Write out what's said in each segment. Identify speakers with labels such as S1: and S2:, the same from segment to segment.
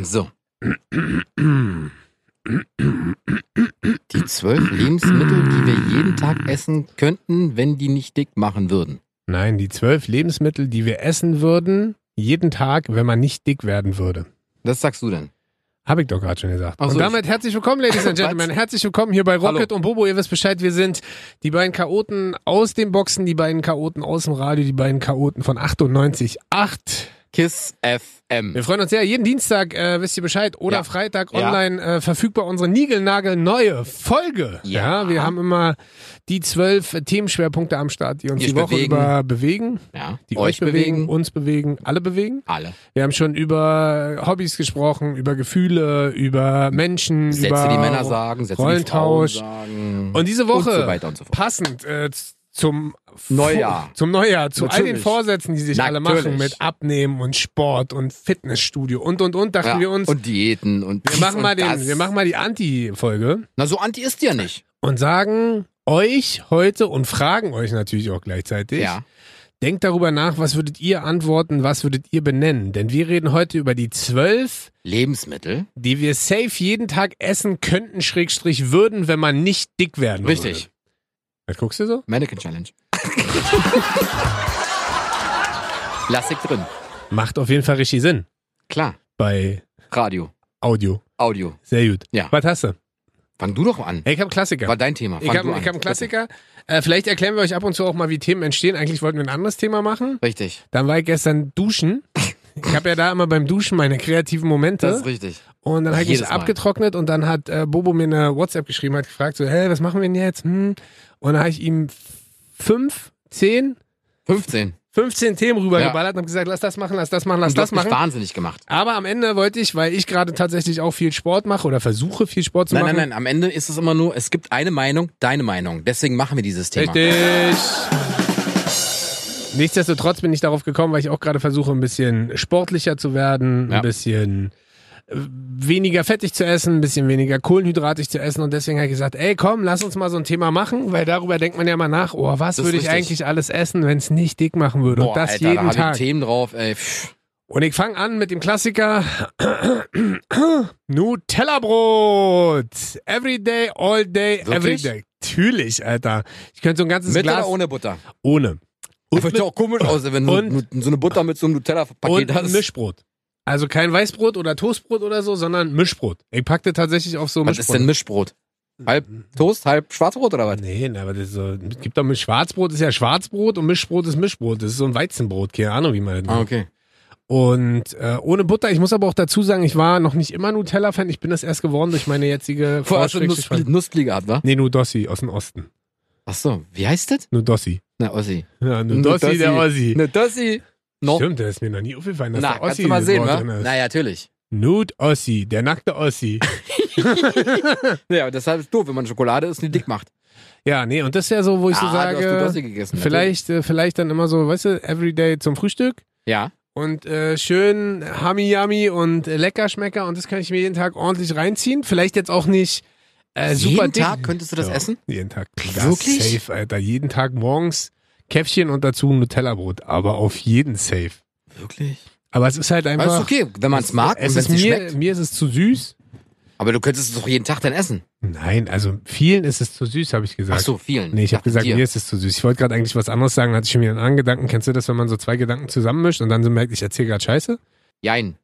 S1: So.
S2: Die zwölf Lebensmittel, die wir jeden Tag essen könnten, wenn die nicht dick machen würden.
S3: Nein, die zwölf Lebensmittel, die wir essen würden, jeden Tag, wenn man nicht dick werden würde.
S2: Das sagst du denn.
S3: Habe ich doch gerade schon gesagt.
S2: Ach so,
S3: und damit herzlich willkommen, Ladies and Gentlemen. herzlich willkommen hier bei Rocket und Bobo. Ihr wisst Bescheid, wir sind die beiden Chaoten aus den Boxen, die beiden Chaoten aus dem Radio, die beiden Chaoten von 98.8.
S2: Kiss FM.
S3: Wir freuen uns sehr. Jeden Dienstag, äh, wisst ihr Bescheid, oder
S2: Ja.
S3: Freitag
S2: Ja.
S3: online äh, verfügbar unsere niegelnagelneue Folge.
S2: Ja.
S3: wir haben immer die zwölf äh, Themenschwerpunkte am Start, die uns
S2: Die
S3: die
S2: euch
S3: Woche
S2: bewegen.
S3: über bewegen.
S2: Ja.
S3: Die euch bewegen, uns bewegen, alle bewegen.
S2: Alle.
S3: Wir haben schon über Hobbys gesprochen, über Gefühle, über Menschen,
S2: Sätze,
S3: über
S2: die Männer sagen, Sätze, die Frauen
S3: Rollentausch.
S2: sagen.
S3: Und diese Woche,
S2: Und so weiter und so fort.
S3: passend äh, z- zum Fu-
S2: Neujahr.
S3: zum Neujahr, zu all den
S2: Natürlich.
S3: Vorsätzen, die sich alle machen
S2: Natürlich.
S3: mit Abnehmen und Sport und Fitnessstudio und und und, dachten
S2: ja.
S3: wir uns,
S2: und Diäten und
S3: wir machen
S2: und
S3: mal den,
S2: das.
S3: wir machen mal die Anti-Folge
S2: Na, so anti ist die ja nicht.
S3: und sagen euch heute und fragen euch natürlich auch gleichzeitig.
S2: Ja.
S3: Denkt darüber nach, was würdet ihr antworten, was würdet ihr benennen? Denn wir reden heute über die zwölf,
S2: Lebensmittel.
S3: die wir safe jeden Tag essen könnten, Schrägstrich würden, wenn man nicht dick werden würde.
S2: Richtig.
S3: Was guckst du so?
S2: Mannequin Challenge. Lass ich drin.
S3: Macht auf jeden Fall richtig Sinn
S2: Klar.
S3: bei
S2: Radio.
S3: Audio.
S2: Audio.
S3: Sehr gut.
S2: Ja.
S3: Was hast du?
S2: Fang du doch an.
S3: Hey, ich habe Klassiker.
S2: War dein Thema.
S3: Ich
S2: Fang
S3: habe
S2: du an.
S3: hab einen Klassiker. Äh, vielleicht erklären wir euch ab und zu auch mal, wie Themen entstehen. Eigentlich wollten wir ein anderes Thema machen.
S2: Bitte. Richtig.
S3: Dann war ich gestern duschen. Ich habe ja da immer beim Duschen meine kreativen
S2: Das ist
S3: Momente.
S2: richtig.
S3: Und dann habe ich mich
S2: Jedes Mal.
S3: abgetrocknet und dann hat äh, Bobo mir eine WhatsApp geschrieben, hat gefragt, so, hey, was machen wir denn jetzt? Hm. Und dann habe ich ihm fünf, zehn,
S2: 15.
S3: 15 Themen rübergeballert und habe gesagt, lass das machen, lass das machen, lass
S2: Und du
S3: das
S2: hast mich
S3: machen.
S2: wahnsinnig gemacht.
S3: Aber am Ende wollte ich, weil ich gerade tatsächlich auch viel Sport mache oder versuche viel Sport zu
S2: Nein,
S3: machen.
S2: nein, nein. Am Ende ist es immer nur, es gibt eine Meinung, deine Meinung. Deswegen machen wir dieses Thema.
S3: Richtig. Nichtsdestotrotz bin ich darauf gekommen, weil ich auch gerade versuche, ein bisschen sportlicher zu werden,
S2: Ja.
S3: ein bisschen äh, weniger fettig zu essen, ein bisschen weniger kohlenhydratig zu essen und deswegen habe ich gesagt, ey komm, lass uns mal so ein Thema machen, weil darüber denkt man ja mal nach, oh, was
S2: Das ist
S3: würde ich
S2: richtig.
S3: eigentlich alles essen, wenn es nicht dick machen würde
S2: Boah,
S3: und das
S2: Alter, da
S3: jeden
S2: hab
S3: Tag.
S2: Ich Themen drauf. Ey. Pff,
S3: Und ich fange an mit dem Klassiker Nutella-Brot. Every day, all day, every
S2: Wirklich?
S3: day. Natürlich, Alter. Ich könnte so ein ganzes
S2: mit
S3: Glas
S2: oder ohne Butter?
S3: ohne. Und,
S2: Wird ja
S3: mit,
S2: auch komisch aus, wenn
S3: und-
S2: du so eine Butter mit so einem Nutella-Paket
S3: und ein
S2: hast.
S3: Mischbrot. Also kein Weißbrot oder Toastbrot oder so, sondern Mischbrot. Ich packte tatsächlich auf so
S2: Was ist denn
S3: Mischbrot.
S2: Mischbrot? Halb Toast, halb Schwarzbrot oder was?
S3: Nee, na, aber das ist so, gibt doch mit Schwarzbrot ist ja Schwarzbrot und Mischbrot ist Mischbrot. Das ist so ein Weizenbrot, keine Ahnung, wie man das nennt.
S2: Ah, okay.
S3: Und äh, ohne Butter, ich muss aber auch dazu sagen, ich war noch nicht immer Nutella-Fan, ich bin das erst geworden durch meine jetzige
S2: Vorher hast du
S3: Frau-
S2: Nuss, Nussli gehabt, wa?
S3: Nee, Nudossi aus dem Osten.
S2: Ach so, wie heißt das?
S3: Nudossi.
S2: Na, Ossi.
S3: Ja, Nudossi, der Ossi.
S2: Ne, Dossi. Noch?
S3: Stimmt, der ist mir noch nie aufgefallen, dass
S2: Na,
S3: der Ossi
S2: kannst du mal
S3: das
S2: sehen,
S3: Wort
S2: wa?
S3: drin ist.
S2: Na, ja, natürlich.
S3: Nude Ossi, der nackte Ossi.
S2: Ja, deshalb ist es doof, wenn man Schokolade isst und die dick macht.
S3: Ja, nee, und das ist ja so, wo ich so
S2: Ah,
S3: sage,
S2: du hast nur Dossi gegessen.
S3: vielleicht, äh, vielleicht dann immer so, weißt du, everyday zum Frühstück
S2: Ja.
S3: und äh, schön Hami Yummy und äh, lecker Schmecker und das kann ich mir jeden Tag ordentlich reinziehen. Vielleicht jetzt auch nicht äh, super
S2: Jeden
S3: dick.
S2: Tag könntest du das
S3: Ja,
S2: essen?
S3: Jeden Tag.
S2: Wirklich?
S3: Safe, Alter. Jeden Tag morgens Käffchen und dazu ein Nutella-Brot. Aber auf jeden safe.
S2: Wirklich?
S3: Aber es ist halt einfach.
S2: Aber ist okay, wenn man es mag und wenn
S3: Es
S2: es
S3: ist
S2: nicht
S3: mir,
S2: schmeckt.
S3: mir ist es zu süß.
S2: Aber du könntest es doch jeden Tag dann essen.
S3: Nein, also vielen ist es zu süß, habe ich gesagt.
S2: Ach so, vielen.
S3: Nee, ich habe
S2: Dachte
S3: gesagt,
S2: dir.
S3: mir ist es zu süß. Ich wollte gerade eigentlich was anderes sagen, hatte ich schon wieder einen anderen Gedanken. Kennst du das, wenn man so zwei Gedanken zusammenmischt und dann so merkt, ich erzähle gerade Scheiße?
S2: Jein.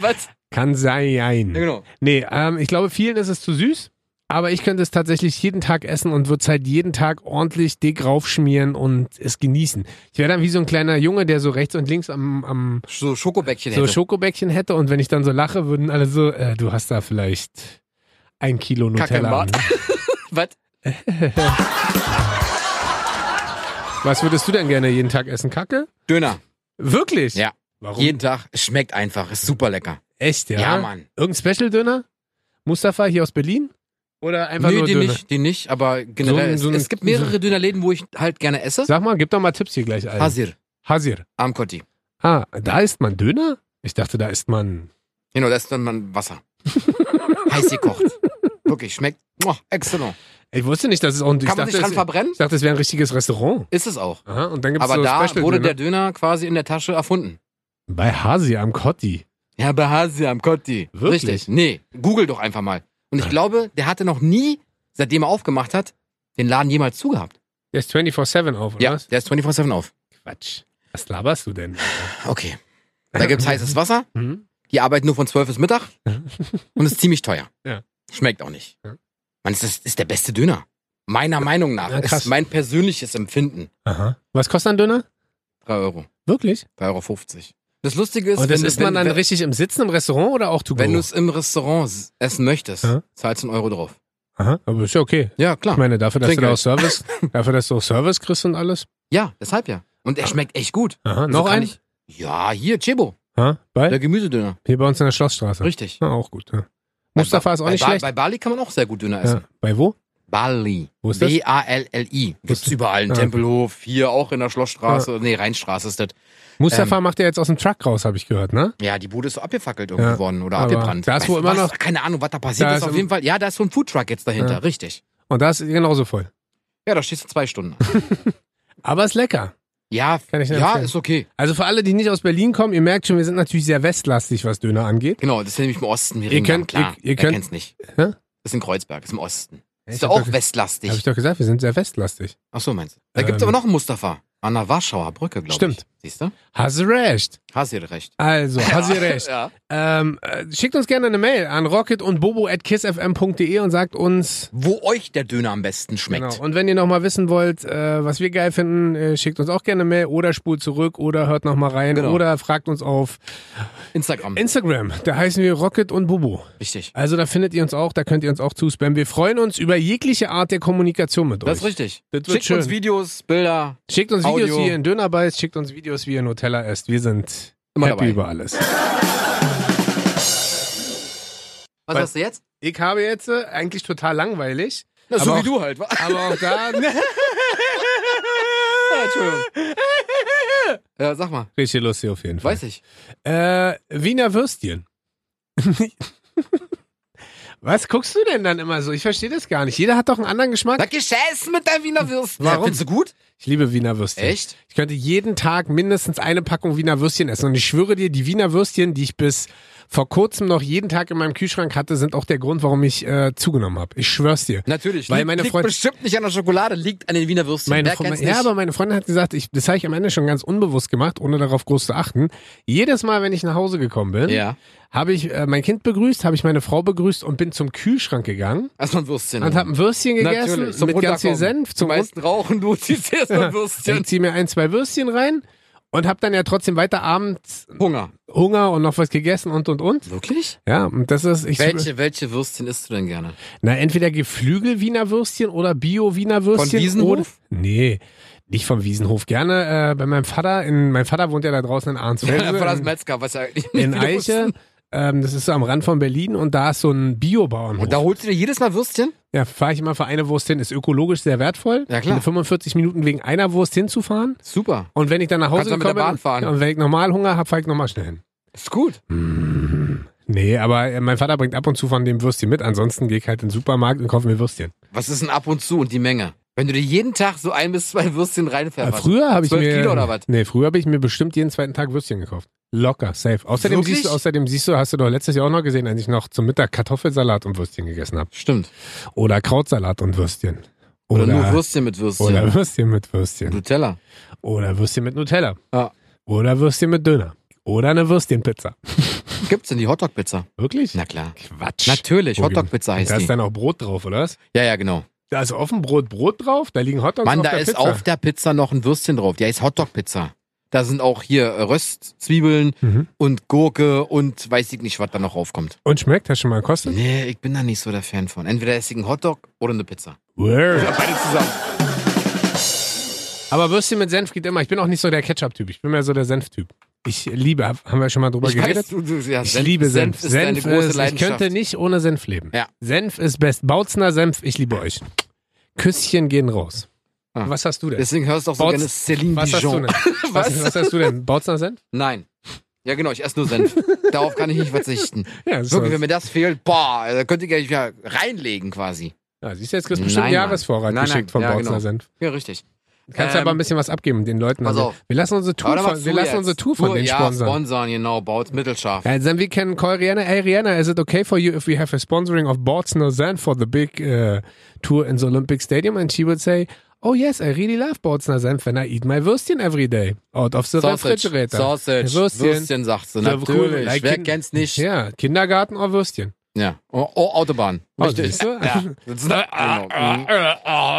S2: Was?
S3: Kann sein.
S2: Ja, genau.
S3: Nee, ähm, ich glaube, vielen ist es zu süß, aber ich könnte es tatsächlich jeden Tag essen und würde es halt jeden Tag ordentlich dick raufschmieren und es genießen. Ich wäre dann wie so ein kleiner Junge, der so rechts und links am, am
S2: So Schokobäckchen
S3: so
S2: hätte.
S3: Schokobäckchen hätte und wenn ich dann so lache, würden alle so, äh, du hast da vielleicht ein Kilo
S2: Kacke im
S3: Nutella. an.
S2: Bart. Was?
S3: Was würdest du denn gerne jeden Tag essen? Kacke?
S2: Döner.
S3: Wirklich?
S2: Ja.
S3: Warum?
S2: Jeden Tag. Es schmeckt einfach. Ist super lecker.
S3: Echt, ja?
S2: Ja, Mann.
S3: Irgendein Special-Döner? Mustafa hier aus Berlin? Oder einfach
S2: nee,
S3: nur
S2: die
S3: Döner?
S2: nicht, die nicht, aber generell.
S3: So ein- so ein-
S2: es, es gibt mehrere Dönerläden, wo ich halt gerne esse.
S3: Sag mal, gib doch mal Tipps hier gleich ein.
S2: Hasir,
S3: Hasir.
S2: Amkoti.
S3: Ah, da isst man Döner? Ich dachte, da isst man...
S2: Genau, da ist dann mein Wasser. Heiß gekocht. Wirklich, schmeckt muah, exzellent.
S3: Ich wusste nicht, dass es auch ein... ich
S2: Kann man
S3: dachte,
S2: sich dran
S3: es-
S2: verbrennen?
S3: ich dachte, es wäre ein richtiges Restaurant.
S2: Ist es auch.
S3: Aha, und dann gibt's
S2: Aber
S3: so
S2: da
S3: Special
S2: wurde
S3: Döner.
S2: der Döner quasi in der Tasche erfunden.
S3: Bei Hasir am Kotti.
S2: Ja, Bahasiam Kotti.
S3: Wirklich?
S2: Richtig. Nee, google doch einfach mal. Und ich glaube, der hatte noch nie, seitdem er aufgemacht hat, den Laden jemals zugehabt.
S3: Der ist 24-7 auf, oder
S2: Ja,
S3: was?
S2: der ist 24-7 auf.
S3: Quatsch. Was laberst du denn?
S2: Okay. Da gibt's heißes Wasser,
S3: Hm?
S2: die arbeiten nur von 12 bis Mittag und ist ziemlich teuer.
S3: Ja.
S2: Schmeckt auch nicht.
S3: Ja.
S2: Man, ist das ist der beste Döner. Meiner Meinung nach.
S3: Ja,
S2: Das
S3: krass.
S2: ist mein persönliches Empfinden.
S3: Aha. Was kostet ein Döner?
S2: 3 Euro.
S3: Wirklich?
S2: 3,50 Euro. 50. Das Lustige ist,
S3: Und das
S2: wenn,
S3: isst
S2: du-
S3: man
S2: wenn,
S3: dann
S2: wenn,
S3: richtig im Sitzen im Restaurant oder auch to go?
S2: wenn du es im Restaurant s- essen möchtest,
S3: Ja.
S2: zahlst du einen Euro drauf.
S3: Aha. Aber ist ja okay.
S2: Ja,
S3: Ich
S2: klar.
S3: meine, dafür, dass du da
S2: Trinkgeld.
S3: auch Service, dafür, dass du auch Service kriegst und alles.
S2: Ja, deshalb ja. Und er schmeckt echt gut.
S3: Aha.
S2: Also
S3: Noch
S2: kann
S3: ein?
S2: ich- Ja, hier, Chebo.
S3: Ha? Bei?
S2: Der Gemüsedöner.
S3: Hier bei uns in der Schlossstraße.
S2: Richtig.
S3: Ja, auch gut. Ja. Mustafa
S2: Bei-
S3: ist auch
S2: bei
S3: nicht
S2: Ba-
S3: schlecht.
S2: Bei Bali kann man auch sehr gut Döner essen.
S3: ja. Bei wo?
S2: Bali.
S3: Wo ist das?
S2: B-A-L-L-I. Gibt's
S3: ist-
S2: überall. In
S3: Ah.
S2: Tempelhof, hier auch in der Schlossstraße. Nee, Rheinstraße ist das.
S3: Mustafa
S2: Ähm.
S3: macht ja jetzt aus dem Truck raus, habe ich gehört, ne?
S2: Ja, die Bude ist so abgefackelt irgendwie
S3: Ja.
S2: worden oder
S3: Aber
S2: abgebrannt.
S3: da ist wohl
S2: du
S3: immer
S2: was?
S3: noch-
S2: Keine Ahnung, was da passiert
S3: Da
S2: ist.
S3: ist
S2: Auf
S3: im-
S2: jeden Fall. Ja, da ist so ein Foodtruck jetzt dahinter.
S3: Ja.
S2: Richtig.
S3: Und da ist genauso voll.
S2: Ja, da stehst du zwei Stunden.
S3: Aber ist lecker.
S2: Ja,
S3: Kann ich dir
S2: ja
S3: empfehlen.
S2: ist okay.
S3: Also für alle, die nicht aus Berlin kommen, ihr merkt schon, wir sind natürlich sehr westlastig, was Döner angeht.
S2: Genau, das ist nämlich im Osten. Wir
S3: Ihr
S2: reden da,
S3: könnt-
S2: klar.
S3: ihr- ihr
S2: Wer
S3: könnt-
S2: kennt's nicht.
S3: Hä?
S2: Das ist in Kreuzberg, ist im Osten.
S3: Ich
S2: Ist doch
S3: hab
S2: auch
S3: doch-
S2: westlastig.
S3: Habe ich doch gesagt, wir sind sehr westlastig.
S2: Ach so, meinst du? Da
S3: Ähm.
S2: gibt's aber noch einen Mustafa. An der Warschauer Brücke, glaube ich.
S3: Stimmt.
S2: Siehst du?
S3: Hast du recht.
S2: Hast du recht.
S3: Also, hast du recht.
S2: Ja.
S3: Ähm, äh, schickt uns gerne eine Mail an rocket und bobo at kissfm.de und sagt uns.
S2: Wo euch der Döner am besten schmeckt.
S3: Genau. Und wenn ihr nochmal wissen wollt, äh, was wir geil finden, äh, schickt uns auch gerne eine Mail oder spult zurück oder hört nochmal rein
S2: Genau.
S3: oder fragt uns auf
S2: Instagram.
S3: Instagram. Da heißen wir Rocket und Bobo.
S2: richtig.
S3: Also da findet ihr uns auch, da könnt ihr uns auch zuspammen. Wir freuen uns über jegliche Art der Kommunikation mit euch.
S2: Das ist richtig.
S3: Das wird
S2: Schickt uns
S3: schön.
S2: Videos, Bilder.
S3: Schickt uns Videos,
S2: Audio.
S3: wie ihr in Döner beißt, schickt uns Videos, wie ihr Nutella esst. Wir sind
S2: Immer
S3: happy
S2: dabei.
S3: über alles.
S2: Was
S3: Weil-
S2: hast du jetzt?
S3: Ich habe jetzt äh, eigentlich total langweilig,
S2: Na,
S3: Aber
S2: so wie
S3: auch-
S2: du halt. wa?
S3: aber auch da...
S2: Ah, Entschuldigung. Ja, sag mal.
S3: Richtig lustig auf jeden Fall.
S2: Weiß ich.
S3: Äh, Wiener Würstchen. Was guckst du denn dann immer so? Ich verstehe das gar nicht. Jeder hat doch einen anderen Geschmack.
S2: Na, geschätzt mit der Wiener Würst.
S3: Warum?
S2: Findest du gut?
S3: Ich liebe Wiener Würstchen.
S2: Echt?
S3: Ich könnte jeden Tag mindestens eine Packung Wiener Würstchen essen. Und ich schwöre dir, die Wiener Würstchen, die ich bis vor kurzem noch jeden Tag in meinem Kühlschrank hatte, sind auch der Grund, warum ich äh, zugenommen habe. Ich schwör's dir.
S2: Natürlich.
S3: Weil
S2: liegt,
S3: meine
S2: liegt
S3: Freund-
S2: bestimmt nicht an der Schokolade, liegt an den Wiener Würstchen.
S3: Meine
S2: Wer
S3: Frau-
S2: kennt's nicht?
S3: ja, aber meine Freundin hat gesagt, ich, das habe ich am Ende schon ganz unbewusst gemacht, ohne darauf groß zu achten. Jedes Mal, wenn ich nach Hause gekommen bin,
S2: ja.
S3: habe ich äh, mein Kind begrüßt, habe ich meine Frau begrüßt und bin zum Kühlschrank gegangen
S2: Erstmal ein Würstchen.
S3: und habe ein Würstchen gegessen
S2: Mhm. Natürlich, zum
S3: mit ganz viel
S2: Runterkommen.
S3: Senf.
S2: Die
S3: Zum
S2: meisten rauchen, du ziehst erstmal ein Würstchen.
S3: ich ziehe mir ein, zwei Würstchen rein und habe dann ja trotzdem weiter abends
S2: Hunger.
S3: Hunger und noch was gegessen und und und.
S2: Wirklich?
S3: Ja, und das ist ich
S2: Welche, welche Würstchen isst du denn gerne?
S3: na entweder Geflügel Wiener Würstchen oder Bio Wiener Würstchen
S2: Wiesenhof?
S3: oder, nee, nicht vom Wiesenhof. Gerne äh, bei meinem Vater in mein Vater wohnt ja da draußen in Arnsfelde.
S2: Einfach das
S3: in-
S2: Metzger, was ja eigentlich nicht
S3: in
S2: viele
S3: Eiche.
S2: wussten.
S3: Ähm, das ist so am Rand von Berlin und da ist so ein Biobauernhof.
S2: Und da holst du dir jedes Mal Würstchen?
S3: Ja, fahre ich immer für eine Wurst hin. Ist ökologisch sehr wertvoll.
S2: Ja, klar.
S3: In 45 Minuten wegen einer Wurst hinzufahren.
S2: Super.
S3: Und wenn ich dann nach Hause
S2: Kannst du mit der
S3: gekommen
S2: Bahn
S3: bin
S2: fahren.
S3: und wenn ich normal Hunger habe, fahre ich nochmal schnell hin.
S2: Ist gut.
S3: Nee, aber äh, mein Vater bringt ab und zu von dem Würstchen mit. Ansonsten gehe ich halt in den Supermarkt und kaufe mir Würstchen.
S2: Was ist denn ab und zu und die Menge? Wenn du dir jeden Tag so ein bis zwei Würstchen
S3: Äh,
S2: reinfährst.
S3: früher habe ich
S2: 12
S3: mir
S2: Kilo oder was?
S3: Nee, früher habe ich mir bestimmt jeden zweiten Tag Würstchen gekauft. Locker, safe. Außerdem
S2: Wirklich?
S3: siehst du, außerdem siehst du, hast du doch letztes Jahr auch noch gesehen, als ich noch zum Mittag Kartoffelsalat und Würstchen gegessen habe
S2: Stimmt.
S3: oder Krautsalat und Würstchen
S2: Oder, nur Würstchen mit Würstchen.
S3: oder Würstchen mit Würstchen.
S2: Nutella.
S3: Oder Würstchen mit Nutella.
S2: Ja.
S3: Oder Würstchen mit Döner. Oder eine Würstchenpizza.
S2: Gibt's denn die Hotdog-Pizza?
S3: Wirklich?
S2: Na klar.
S3: Quatsch.
S2: Natürlich,
S3: Wo gibt's-
S2: Hotdog-Pizza heißt
S3: Da
S2: die.
S3: ist dann auch Brot drauf, oder was?
S2: Ja, ja, genau.
S3: Da ist auf dem Brot Brot drauf, da liegen Hotdogs
S2: Mann,
S3: auf
S2: da
S3: der
S2: ist
S3: Pizza.
S2: auf der Pizza noch ein Würstchen drauf. Die heißt Hotdog-Pizza. Da sind auch hier äh, Röstzwiebeln
S3: Mhm.
S2: und Gurke und weiß ich nicht, was da noch raufkommt.
S3: Und schmeckt, hast du schon mal gekostet?
S2: Nee, ich bin da nicht so der Fan von. Entweder esse ich einen Hotdog oder eine Pizza.
S3: Word.
S2: Beide zusammen.
S3: Aber Würstchen mit Senf geht immer. Ich bin auch nicht so der Ketchup-Typ, ich bin mehr so der Senf-Typ. Ich liebe, hab- haben wir schon mal drüber
S2: Ich
S3: geredet?
S2: weiß, du, du, ja,
S3: ich
S2: Senf,
S3: liebe Senf.
S2: Senf ist deine große
S3: ist, ich
S2: Leidenschaft.
S3: könnte nicht ohne Senf leben.
S2: Ja.
S3: Senf ist best. Bautzner Senf, ich liebe euch. Küsschen gehen raus.
S2: Ah.
S3: Was hast du denn?
S2: Deswegen hörst du auch so
S3: Bautz-
S2: gerne Celine
S3: Was hast du
S2: Dijon.
S3: denn? Was, was hast du denn? Bautzner Senf?
S2: Nein. Ja, genau, ich esse nur Senf. Darauf kann ich nicht verzichten.
S3: Ja, das
S2: Wirklich,
S3: ist
S2: wenn mir das fehlt, boah, da könnte ich ja- ich ja reinlegen quasi.
S3: ja, siehst du, jetzt kriegst du
S2: Nein,
S3: bestimmt einen
S2: Mann.
S3: Jahresvorrat
S2: Nein, nein.
S3: geschickt vom
S2: Ja,
S3: Bautzner
S2: genau.
S3: Senf.
S2: Ja, richtig.
S3: Kannst du aber ein bisschen was abgeben den Leuten.
S2: pass
S3: Also,
S2: auf.
S3: Wir lassen unsere Tour
S2: Aber dann
S3: von,
S2: machst
S3: wir
S2: du
S3: lassen
S2: jetzt.
S3: unsere Tour von
S2: Tour,
S3: den
S2: ja,
S3: Sponsern.
S2: sponsern, genau, baut mittelschaft.
S3: Yeah, then we can call Rihanna. Hey Rihanna, is it okay for you if we have a sponsoring of Boards Lausanne for the big uh, tour in the Olympic Stadium? And she would say, Oh yes, I really love Boards Lausanne when I eat my Würstchen every day out of the
S2: Sausage,
S3: refrigerator.
S2: Sausage,
S3: Würstchen.
S2: Würstchen, sagst du,
S3: Ja, cool,
S2: natürlich.
S3: like
S2: Wer
S3: Kind-
S2: kennt's nicht? Ja.
S3: Ja, Kindergarten oder Würstchen.
S2: Oh, oh, Autobahn.
S3: Oh,
S2: Richtig.
S3: siehst du?
S2: ja. Das ist eine Ahnung. Mhm.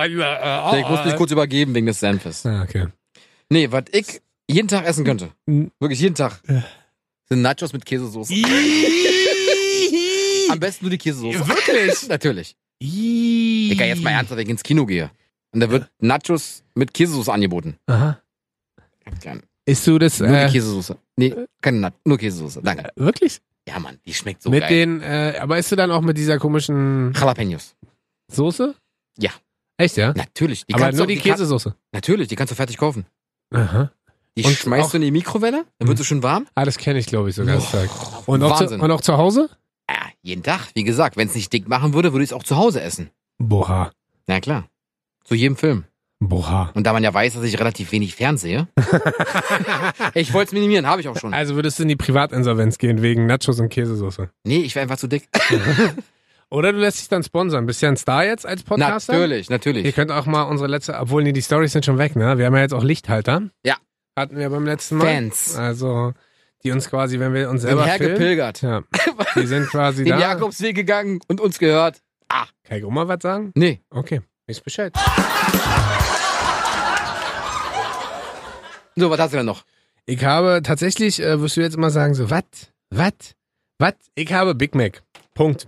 S2: Ja, Ich muss mich kurz übergeben wegen des Senfes.
S3: Ah, okay.
S2: Nee, was ich jeden Tag essen könnte.
S3: Mhm.
S2: Wirklich jeden Tag. Sind Nachos mit Käsesoße. Am besten nur die Käsesoße.
S3: Wirklich?
S2: Natürlich.
S3: Ih.
S2: Digga, jetzt mal ernsthaft, wenn ich ins Kino gehe. Und da wird Nachos mit Käsesoße angeboten.
S3: Aha.
S2: Gern.
S3: Ist du das
S2: Nur die
S3: äh,
S2: Käsesoße. Nee, keine Nat nur Käsesoße. Danke.
S3: wirklich?
S2: Ja, Mann, die schmeckt so
S3: mit
S2: geil.
S3: den, äh, aber isst du dann auch mit dieser komischen
S2: Jalapenos.
S3: Soße?
S2: Ja.
S3: Echt, ja?
S2: Natürlich. Die
S3: aber
S2: kannst
S3: nur
S2: du-
S3: die
S2: kann-
S3: Käsesoße.
S2: Natürlich, die kannst du fertig kaufen.
S3: Aha.
S2: Die
S3: Und
S2: schmeißt
S3: auch-
S2: du in die Mikrowelle, dann wird sie schon warm. Oh,
S3: Ah, das kenne ich, glaube ich, sogar. das Zeug. Und auch, zu,
S2: Wahnsinn.
S3: und auch zu Hause?
S2: ja, jeden Tag, wie gesagt, wenn es nicht dick machen würde, würde ich es auch zu Hause essen.
S3: Boha.
S2: Na klar. Zu jedem Film.
S3: Boha.
S2: Und da man ja weiß, dass ich relativ wenig fernsehe. ich wollte es minimieren, habe ich auch schon.
S3: Also würdest du in die Privatinsolvenz gehen wegen Nachos und Käsesoße.
S2: Nee, ich wäre einfach zu dick.
S3: Oder du lässt dich dann sponsern. Bist ja ein Star jetzt als Podcaster?
S2: Natürlich,
S3: Ihr
S2: natürlich.
S3: könnt auch mal unsere letzte, obwohl nee, die Stories sind schon weg, ne? Wir haben ja jetzt auch Lichthalter.
S2: Ja.
S3: Hatten wir beim letzten Mal.
S2: Fans.
S3: Also, die uns quasi, wenn wir uns
S2: Bin
S3: selber filmen.
S2: hergepilgert.
S3: Ja, die sind quasi
S2: den
S3: da.
S2: Jakobsweg gegangen und uns gehört. Ah,
S3: Kann ich auch mal was sagen?
S2: nee.
S3: Okay, ist Bescheid.
S2: So, was hast du denn noch?
S3: Ich habe tatsächlich, äh, wirst du jetzt immer sagen, so, was? Was? Was? Ich habe Big Mac. Punkt.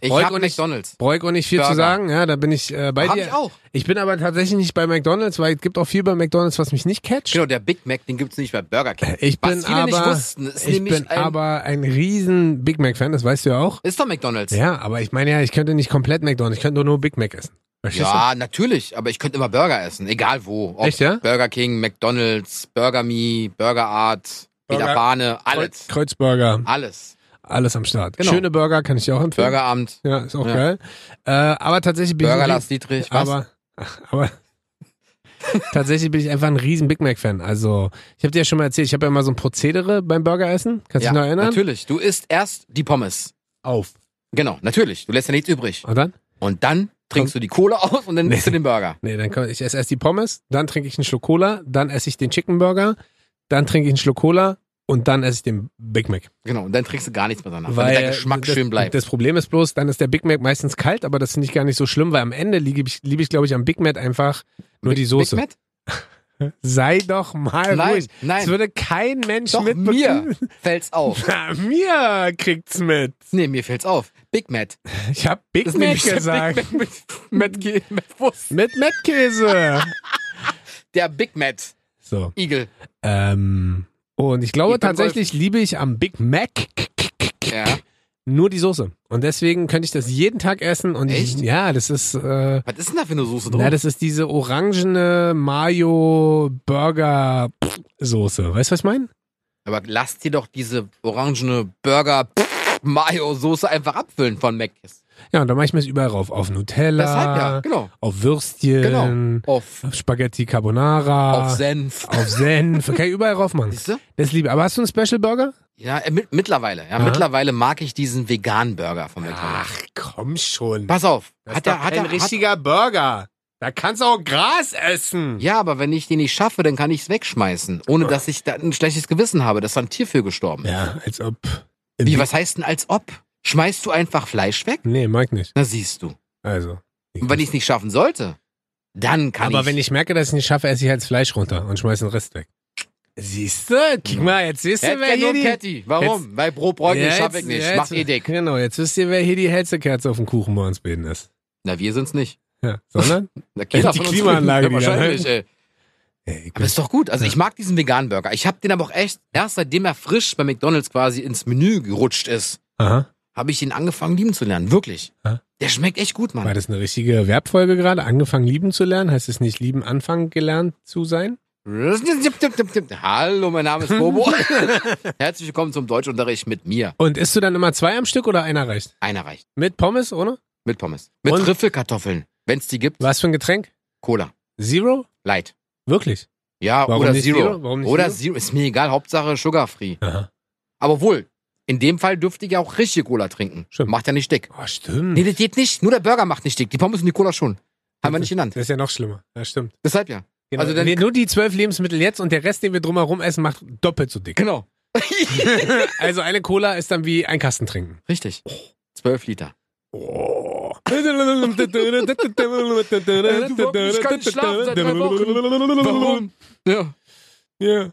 S2: Ich
S3: Volk
S2: hab
S3: und ich-
S2: McDonalds.
S3: Brauche ich auch nicht viel zu
S2: Burger.
S3: sagen. Ja, da bin ich äh, bei
S2: Hab
S3: dir.
S2: ich auch.
S3: Ich bin aber tatsächlich nicht bei McDonalds, weil es gibt auch viel bei McDonalds, was mich nicht catcht.
S2: Genau, der Big Mac, den gibt's nicht bei Burger King.
S3: Ich
S2: Was
S3: bin
S2: viele
S3: aber,
S2: nicht wussten, ist
S3: ich
S2: nämlich
S3: bin
S2: ein-
S3: aber ein riesen Big Mac Fan, das weißt du ja auch.
S2: Ist doch McDonalds.
S3: Ja, aber ich meine ja, ich könnte nicht komplett McDonalds, ich könnte nur, nur Big Mac essen. Verstehst
S2: Ja, natürlich, aber ich könnte immer Burger essen, egal wo.
S3: du? Echt, ja?
S2: Burger King, McDonalds, Burger Me, Burger Art,
S3: Burger-
S2: Peter Pane,
S3: Kreuz-
S2: alles.
S3: Kreuzburger,
S2: Alles.
S3: alles am Start.
S2: Genau.
S3: Schöne Burger kann ich dir auch empfehlen.
S2: Burgeramt,
S3: Ja, ist auch
S2: Ja.
S3: geil. Äh, aber tatsächlich bin
S2: Burger
S3: ich ein
S2: Lars Dietrich,
S3: Ries-
S2: was?
S3: aber, aber tatsächlich bin ich einfach ein riesen Big Mac Fan. Also, ich habe dir ja schon mal erzählt, ich habe ja immer so ein Prozedere beim Burger essen. Kannst du
S2: ja,
S3: dich noch erinnern?
S2: natürlich. Du isst erst die Pommes.
S3: Auf.
S2: Genau, natürlich. Du lässt ja nichts übrig.
S3: Und dann?
S2: Und dann trinkst du die Kohle aus und dann isst du den Burger.
S3: Nee, dann komm, ich esse erst die Pommes, dann trinke ich einen Schluck Cola, dann esse ich den Chicken Burger, dann trinke ich einen Schluck Cola und dann esse ich den Big Mac.
S2: Genau, und dann trinkst du gar nichts mehr danach, damit der Geschmack
S3: das,
S2: schön bleibt.
S3: Das Problem ist bloß, dann ist der Big Mac meistens kalt, aber das finde ich gar nicht so schlimm, weil am Ende liebe ich, liebe ich glaube ich, am Big Mac einfach nur die Soße.
S2: Big Mac?
S3: Sei doch mal
S2: Nein,
S3: ruhig. Es
S2: nein.
S3: würde kein Mensch
S2: Doch
S3: mitbekommen.
S2: mir fällt's auf.
S3: Na, mir kriegt's mit.
S2: Nee, mir fällt's auf. Big Mac.
S3: Ich habe Big
S2: Das ist
S3: Mac
S2: nämlich der
S3: gesagt.
S2: Big Mac mit, mit, Ge- mit Wurst.
S3: Mit Mettkäse.
S2: Der Big Mac
S3: so.
S2: Igel.
S3: Ähm, und ich glaube
S2: Ich bin
S3: tatsächlich liebe ich am Big Mac
S2: Ja.
S3: nur die Soße. Und deswegen könnte ich das jeden Tag essen. Und
S2: Echt?
S3: Ich, ja, das ist. Äh,
S2: Was ist denn da für eine Soße
S3: Na,
S2: drin?
S3: das ist diese orangene Mayo Burger Soße. Weißt du, was ich meine?
S2: Aber lass dir doch diese orangene Burger Mayo Soße einfach abfüllen von Mac.
S3: Ja, und dann mache ich mir das überall rauf. Auf Nutella,
S2: Deshalb ja, genau.
S3: auf Würstchen,
S2: Genau. Auf,
S3: auf Spaghetti Carbonara,
S2: auf Senf.
S3: auf Senf. Kann ich überall rauf machen.
S2: Siehst du?
S3: Das liebe ich. Aber hast du einen Special Burger?
S2: Ja, äh, mit, mittlerweile. Ja,
S3: Aha.
S2: mittlerweile mag ich diesen veganen Burger von McDonald's.
S3: Ach, komm schon.
S2: Pass auf.
S3: Das
S2: Hat
S3: ist doch
S2: er, hat
S3: kein
S2: er, hat,
S3: richtiger Burger. Da kannst du auch Gras essen.
S2: ja, aber wenn ich den nicht schaffe, dann kann ich es wegschmeißen, ohne dass ich da ein schlechtes Gewissen habe. Das ist ein Tier für gestorben.
S3: Ja, als ob.
S2: Wie, was heißt denn als ob? Schmeißt du einfach Fleisch weg?
S3: Nee, mag ich nicht.
S2: Na siehst du.
S3: Also.
S2: Und wenn ich es nicht schaffen sollte, dann kann
S3: Aber
S2: ich.
S3: wenn ich merke, dass ich nicht schaffe, esse ich halt das Fleisch runter und schmeiß den Rest weg. Siehst du? Guck mal, jetzt siehst du, wer
S2: Hätte
S3: hier
S2: nur
S3: die...
S2: Patty. Warum? Weil Brot brauche ich
S3: Ja,
S2: nicht, schaffe
S3: jetzt-
S2: ich nicht.
S3: ja,
S2: Mach
S3: jetzt-
S2: eh dick.
S3: Genau, jetzt wisst ihr, wer hier die hellste Kerze auf dem Kuchen bei uns beten ist.
S2: Na, wir sind's nicht.
S3: Ja, sondern?
S2: Na, keiner
S3: Die
S2: von uns-
S3: Klimaanlage, ne?
S2: Ja,
S3: die da-
S2: wahrscheinlich, ey.
S3: Ey, ich
S2: Aber ist doch gut. Also ich mag diesen veganen Burger. Ich habe den aber auch echt, erst seitdem er frisch bei McDonalds quasi ins Menü gerutscht ist,
S3: aha.
S2: habe ich ihn angefangen lieben zu lernen. Wirklich.
S3: Ja.
S2: Der schmeckt echt gut,
S3: War
S2: Mann.
S3: das eine richtige Verbfolge gerade? Angefangen lieben zu lernen? Heißt es nicht lieben, anfangen gelernt zu sein?
S2: Hallo, mein Name ist Bobo. Herzlich willkommen zum Deutschunterricht mit mir.
S3: Und isst du dann immer zwei am Stück oder einer reicht?
S2: Einer reicht.
S3: Mit Pommes, ohne?
S2: Mit Pommes. Mit
S3: Und-
S2: Trüffelkartoffeln, wenn's die gibt.
S3: Was für ein Getränk?
S2: Cola.
S3: Zero?
S2: Light.
S3: Wirklich?
S2: Ja,
S3: Warum
S2: oder
S3: nicht
S2: Zero.
S3: Zero? Warum nicht
S2: oder
S3: Zero?
S2: Zero? Ist mir egal, Hauptsache Sugar Free.
S3: Aha.
S2: Aber wohl, in dem Fall dürfte ich ja auch richtige Cola trinken.
S3: Stimmt.
S2: Macht ja nicht dick.
S3: Oh, stimmt.
S2: Nee, das geht nicht. Nur der Burger macht nicht dick. Die Pommes und die Cola schon. Haben wir nicht genannt.
S3: Das ist ja noch schlimmer. Ja, stimmt.
S2: Deshalb ja.
S3: Genau.
S2: Also dann-
S3: nee, nur die zwölf Lebensmittel jetzt und der Rest, den wir drumherum essen, macht doppelt so dick.
S2: Genau.
S3: also eine Cola ist dann wie ein Kasten trinken.
S2: Richtig. Zwölf Liter.
S3: Oh.
S2: ich kann nicht schlafen seit drei Wochen. Ja.
S3: Ja.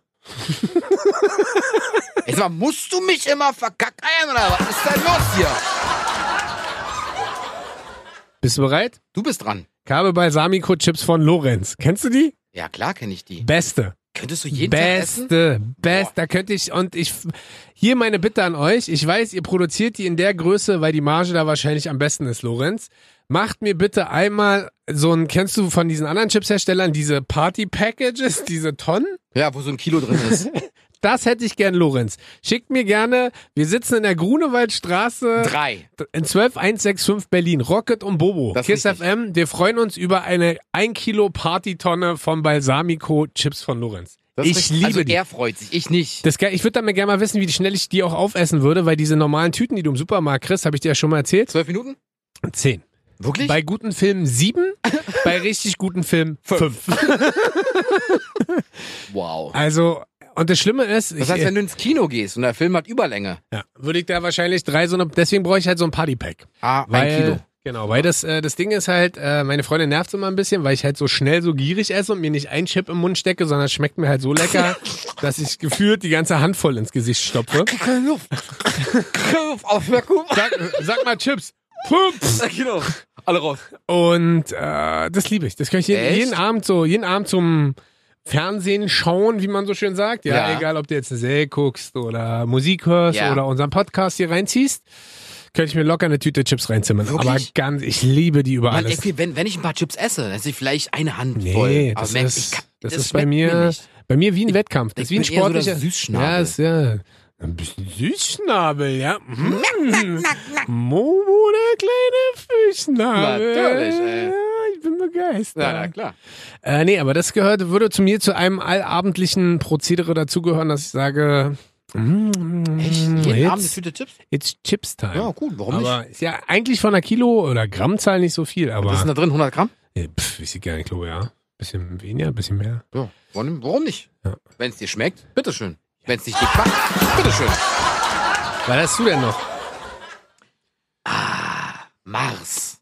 S2: Jetzt mal, musst du mich immer verkackeiern oder was ist denn los hier?
S3: Bist du bereit?
S2: Du bist dran.
S3: Kabe Balsamico Chips von Lorenz. Kennst du die?
S2: Ja, klar kenne ich die.
S3: Beste.
S2: Könntest du jeden Tag essen?
S3: Beste, best, da könnte ich und ich hier meine Bitte an euch. Ich weiß, ihr produziert die in der Größe, weil die Marge da wahrscheinlich am besten ist, Lorenz. Macht mir bitte einmal so ein, kennst du von diesen anderen Chipsherstellern diese Party Packages, diese Tonnen?
S2: Ja, wo so ein Kilo drin ist.
S3: Das hätte ich gern, Lorenz. Schickt mir gerne, wir sitzen in der Grunewaldstraße
S2: Drei.
S3: in 12165 Berlin, Rocket und Bobo.
S2: Das
S3: Kiss
S2: ist richtig.
S3: FM, wir freuen uns über eine 1 Kilo Partytonne vom Balsamico Chips von Lorenz.
S2: Das ist
S3: ich
S2: richtig.
S3: liebe
S2: also,
S3: die.
S2: Er freut sich, ich nicht.
S3: Das, ge- ich würde damit gerne mal wissen, wie schnell ich die auch aufessen würde, weil diese normalen Tüten, die du im Supermarkt kriegst, habe ich dir ja schon mal erzählt.
S2: Zwölf Minuten?
S3: Zehn.
S2: Wirklich?
S3: Bei guten Filmen sieben, bei richtig guten Filmen fünf.
S2: wow.
S3: Also, und das Schlimme ist, ich,
S2: Das heißt, wenn du ins Kino gehst und der Film hat Überlänge.
S3: ja, würde ich da wahrscheinlich drei so eine, deswegen brauche ich halt so ein Partypack.
S2: Ah,
S3: Weil,
S2: ein Kilo.
S3: Genau, weil das, äh, das Ding ist halt, äh, meine Freundin nervt immer ein bisschen, weil ich halt so schnell so gierig esse und mir nicht ein Chip im Mund stecke, sondern es schmeckt mir halt so lecker, dass ich gefühlt die ganze Handvoll ins Gesicht stopfe.
S2: Keine Luft. Keine Luft. Auf der Kuh.
S3: Sag, sag mal Chips. Pumps.
S2: Kilo. Alle raus.
S3: Und äh, das liebe ich. Das kann ich jeden,
S2: Echt?
S3: jeden Abend so, jeden Abend zum Fernsehen schauen, wie man so schön sagt. Ja,
S2: Ja.
S3: egal, ob du jetzt eine Serie guckst oder Musik hörst
S2: Ja.
S3: oder unseren Podcast hier reinziehst, könnte ich mir locker eine Tüte Chips reinzimmern.
S2: Wirklich?
S3: Aber ganz, ich liebe die über
S2: Mann,
S3: alles.
S2: ey, wenn, wenn ich ein paar Chips esse, dann esse ich vielleicht eine Hand voll.
S3: Nee,
S2: Aber
S3: das,
S2: merk, ich
S3: ist,
S2: kann-
S3: das, ist
S2: schmeckt
S3: bei mir,
S2: nicht.
S3: bei mir wie ein Wettkampf. Das
S2: ich
S3: ist wie ein
S2: bin eher so der
S3: sportlicher
S2: Süßschnabel.
S3: Ja, ist ja ein bisschen Süßschnabel, ja. Mm. Momo, der kleine Fischschnabel.
S2: Natürlich, ey.
S3: Ja, Ich bin begeistert.
S2: Ja, na klar.
S3: Äh, nee, aber das gehört, würde zu mir zu einem allabendlichen Prozedere dazugehören, dass ich sage, mm,
S2: Echt? Jeden Abend eine
S3: jetzt,
S2: Tüte Chips?
S3: jetzt Chips Time.
S2: Ja, gut, warum nicht?
S3: aber ist ja eigentlich von einer Kilo- oder Grammzahl nicht so viel,
S2: Was ist denn
S3: aber
S2: da drin? 100 Gramm?
S3: äh, pff, ich sehe gar nicht, glaube ja. Bisschen weniger, bisschen mehr.
S2: Ja. Warum, warum nicht?
S3: Ja.
S2: Wenn es dir schmeckt, bitteschön. Wenn es dich nicht macht, bitteschön.
S3: Was hast du denn noch?
S2: Mars.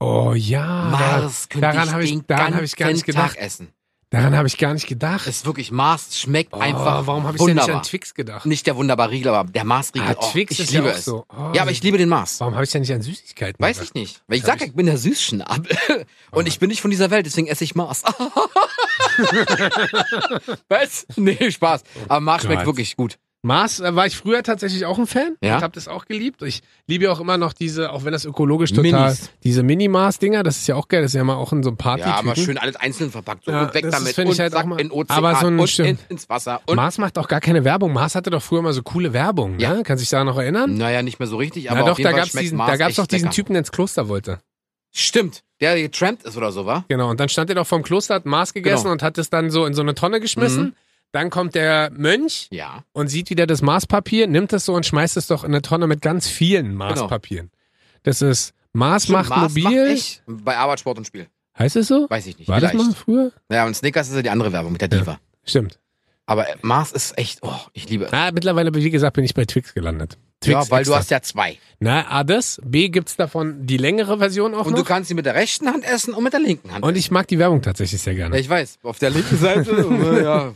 S3: Oh ja.
S2: Mars könnte
S3: daran
S2: ich
S3: habe ich,
S2: den
S3: daran
S2: ganzen
S3: habe ich gar nicht
S2: Tag
S3: gedacht.
S2: essen.
S3: Daran habe ich gar nicht gedacht.
S2: Ist wirklich, Mars schmeckt einfach
S3: oh, warum habe ich denn
S2: wunderbar.
S3: nicht an Twix gedacht?
S2: Nicht der wunderbare Riegel, aber der Mars-Riegel.
S3: Ah,
S2: oh,
S3: Twix
S2: ich
S3: ist
S2: liebe
S3: ja auch
S2: es.
S3: so. Oh,
S2: Ja, aber ich liebe den Mars.
S3: Warum habe ich denn nicht an Süßigkeiten
S2: Weiß
S3: gedacht?
S2: ich nicht. Weil ich
S3: Hab
S2: sage,
S3: ich- Ah.
S2: ich bin der Süßschnabel. Und ich bin nicht von dieser Welt, deswegen esse ich Mars. Was? Nee, Spaß. Aber Mars schmeckt
S3: Gott.
S2: wirklich gut.
S3: Mars äh, war ich früher tatsächlich auch ein Fan.
S2: Ja?
S3: Ich habe das auch geliebt. Ich liebe ja auch immer noch diese, auch wenn das ökologisch total,
S2: Minis.
S3: diese Mini-Mars-Dinger, das ist ja auch geil, das ist ja mal auch in so einem party
S2: Ja, aber schön alles einzeln verpackt. So
S3: Ja,
S2: und weg
S3: das
S2: damit.
S3: finde ich
S2: und
S3: halt
S2: zack,
S3: auch mal-
S2: in den Ozean
S3: aber so ein
S2: und in,
S3: stimmt.
S2: ins Wasser. Und
S3: Mars macht auch gar keine Werbung. Mars hatte doch früher mal so coole Werbung,
S2: Ja.
S3: ne? Kannst du dich da noch erinnern?
S2: naja, nicht mehr so richtig, aber
S3: Na
S2: auf
S3: doch,
S2: jeden
S3: da
S2: Fall
S3: gab's
S2: schmeckt
S3: diesen,
S2: Mars
S3: da gab's
S2: echt
S3: doch diesen
S2: lecker.
S3: Typen, der ins Kloster wollte.
S2: Stimmt, der getrampt ist oder so, war?
S3: Genau, und dann stand er doch vom Kloster, hat Mars gegessen
S2: Genau.
S3: und hat es dann so in so eine Tonne geschmissen.
S2: Mhm.
S3: Dann kommt der Mönch
S2: Ja.
S3: und sieht wieder das Maßpapier, nimmt es so und schmeißt es doch in eine Tonne mit ganz vielen Maßpapieren. Das ist Mars macht
S2: Genau. Mars
S3: mobil.
S2: Macht echt bei Arbeit, Sport und Spiel.
S3: Heißt es so?
S2: Weiß ich nicht.
S3: War das
S2: vielleicht.
S3: mal früher?
S2: Naja, und Snickers ist ja die andere Werbung mit der
S3: Ja.
S2: Diva.
S3: Stimmt.
S2: Aber äh, Mars ist echt, oh, ich liebe es.
S3: Ah, mittlerweile, wie gesagt, bin ich bei Twix gelandet. Twix
S2: Ja, weil du
S3: extra.
S2: hast ja zwei.
S3: Na, A, das. B, gibt's davon die längere Version auch
S2: Und du
S3: noch.
S2: kannst sie mit der rechten Hand essen und mit der linken Hand.
S3: Und ich mag die Werbung tatsächlich sehr
S2: Ja,
S3: gerne.
S2: ich weiß, auf der linken Seite, äh, ja,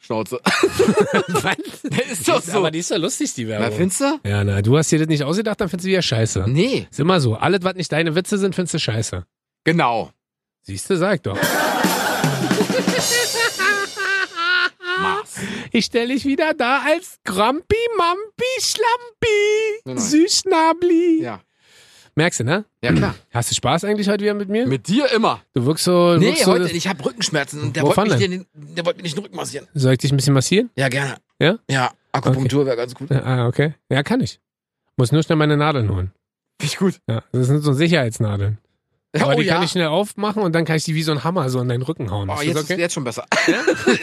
S2: Schnauze. Das ist doch so.
S3: Aber die ist ja lustig, die
S2: Na,
S3: Werbung.
S2: findest du?
S3: ja, na, du hast dir das nicht ausgedacht, dann findest du wieder scheiße.
S2: Nee,
S3: Ist immer so. Alles, was nicht deine Witze sind, findest du scheiße.
S2: genau.
S3: Siehst du, sag doch.
S2: Mars.
S3: Ich stelle dich wieder da als Grampi, Mampi,
S2: Nein,
S3: Schlampi,
S2: nein.
S3: Süßschnabli.
S2: Ja,
S3: Merkst du, ne?
S2: ja klar.
S3: Hast du Spaß eigentlich heute wieder Hm. mit mir?
S2: Mit dir immer.
S3: Du wirkst so.
S2: Nee,
S3: wirkst so
S2: heute, nicht. ich habe Rückenschmerzen und der
S3: Wovon
S2: wollte mich, den, der wollte mich nicht den Rücken massieren.
S3: Soll ich dich ein bisschen massieren?
S2: Ja, gerne.
S3: Ja?
S2: Ja, Akupunktur wäre ganz gut.
S3: Ja, Ah, okay. Ja, kann ich. Muss nur schnell meine Nadeln holen.
S2: Finde ich gut.
S3: Ja, das sind so Sicherheitsnadeln. Aber
S2: oh
S3: die
S2: ja.
S3: kann ich schnell aufmachen und dann kann ich die wie so ein Hammer so in deinen Rücken hauen.
S2: Oh,
S3: Ist
S2: jetzt
S3: das
S2: ist
S3: okay?
S2: jetzt schon besser.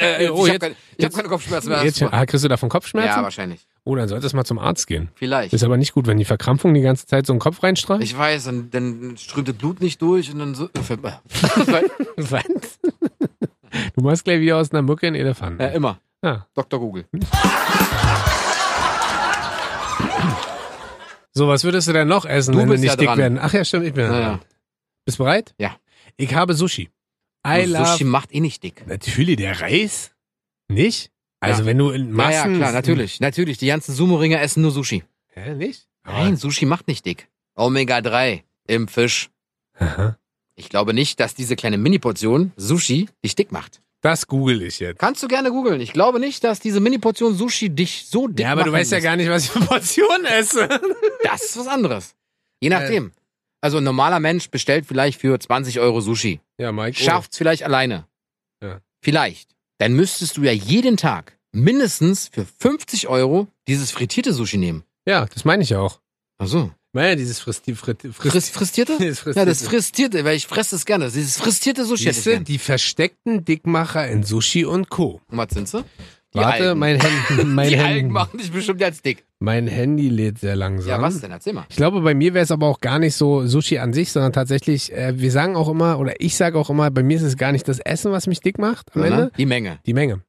S2: Äh,
S3: Oh,
S2: ich
S3: jetzt-
S2: habe keine, ich hab
S3: jetzt-
S2: keine Kopfschmerzen mehr.
S3: Jetzt schon, ah, kriegst du davon Kopfschmerzen?
S2: ja, wahrscheinlich.
S3: oh, dann solltest du mal zum Arzt gehen.
S2: Vielleicht.
S3: Ist aber nicht gut, wenn die Verkrampfung die ganze Zeit so in den Kopf reinstrahlt.
S2: Ich weiß, dann, dann strömt das Blut nicht durch und dann so.
S3: Was? Du machst gleich wieder aus einer Mücke einen Elefanten.
S2: ja, immer.
S3: Ah.
S2: Dr. Google.
S3: So, was würdest du denn noch essen,
S2: Du
S3: wenn wir
S2: bist
S3: nicht
S2: ja
S3: dick
S2: dran.
S3: werden? Ach ja, stimmt, ich bin
S2: Ja,
S3: ja.
S2: ja.
S3: dran. Bist bereit?
S2: Ja.
S3: Ich habe Sushi. I
S2: Und
S3: love
S2: Sushi macht eh nicht dick.
S3: Natürlich, der Reis? Nicht? Also, wenn du in
S2: Ja, ja,
S3: Massen.
S2: klar, natürlich. Natürlich. Die ganzen Sumo-Ringer essen nur Sushi.
S3: Hä, nicht?
S2: Nein, Sushi macht nicht dick. Omega-3 im Fisch.
S3: Aha.
S2: Ich glaube nicht, dass diese kleine Mini-Portion Sushi dich dick macht.
S3: Das google ich jetzt.
S2: Kannst du gerne googeln. Ich glaube nicht, dass diese Mini-Portion Sushi dich so dick
S3: Ja, aber du
S2: machen
S3: weißt ja
S2: lässt.
S3: gar nicht, was ich für Portionen esse.
S2: Das ist was anderes.
S3: Äh.
S2: Je nachdem. Also ein normaler Mensch bestellt vielleicht für 20 Euro Sushi.
S3: Ja, Mike.
S2: Schafft's vielleicht alleine.
S3: Oh. Ja.
S2: Vielleicht. Dann müsstest du ja jeden Tag mindestens für 50 Euro dieses frittierte Sushi nehmen.
S3: Ja, das meine ich auch.
S2: Ach so.
S3: Ich meine ja dieses Fristi, Fristi,
S2: Frist, fristierte?
S3: Das Fristi-
S2: Ja, das fristierte, weil ich fresse es gerne. Das ist Dieses fristierte Sushi hätte ich
S3: Siehste,
S2: gern.
S3: die versteckten Dickmacher in Sushi und Co.
S2: Und was sind sie? Die
S3: Warte,
S2: Algen.
S3: mein, Hand, mein,
S2: Die Algen
S3: Hand,
S2: machen dich bestimmt als dick.
S3: mein Handy lädt sehr langsam.
S2: Ja, was denn? Erzähl mal.
S3: Ich glaube, bei mir wäre es aber auch gar nicht so Sushi an sich, sondern tatsächlich, äh, wir sagen auch immer, oder ich sage auch immer, bei mir ist es gar nicht das Essen, was mich dick macht am Ende,
S2: Sondern Die Menge.
S3: die Menge.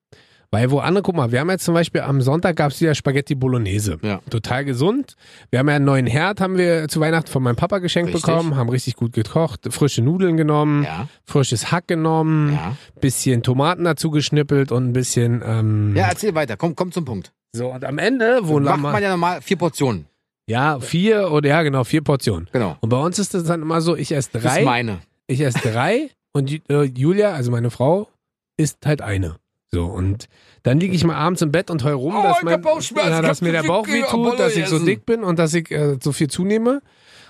S3: Weil wo andere, guck mal, wir haben jetzt zum Beispiel am Sonntag gab es wieder Spaghetti Bolognese.
S2: Ja.
S3: Total gesund. Wir haben ja einen neuen Herd, haben wir zu Weihnachten von meinem Papa geschenkt
S2: Richtig.
S3: bekommen, haben richtig gut gekocht, frische Nudeln genommen,
S2: Ja,
S3: frisches Hack genommen,
S2: ja.
S3: bisschen Tomaten dazu geschnippelt und ein bisschen. Ähm,
S2: Ja, erzähl weiter. Komm, komm zum Punkt.
S3: So, und am Ende, wo
S2: Macht
S3: Lama,
S2: man ja normal vier Portionen.
S3: ja, vier oder ja, genau, vier Portionen.
S2: Genau.
S3: Und bei uns ist das dann immer so, ich esse
S2: Das ist
S3: drei,
S2: meine.
S3: ich esse drei und Ju- äh, Julia, also meine Frau, isst halt eine. So, und dann liege ich mal abends im Bett und heul rum,
S2: Oh, ich
S3: dass,
S2: hab
S3: mein,
S2: Bauchschmerzen,
S3: ja, dass
S2: kannst
S3: mir
S2: du
S3: der
S2: die
S3: Bauch
S2: Kühe am
S3: wehtut, dass ich so
S2: Bologna
S3: dick bin und dass ich äh, so viel zunehme. Und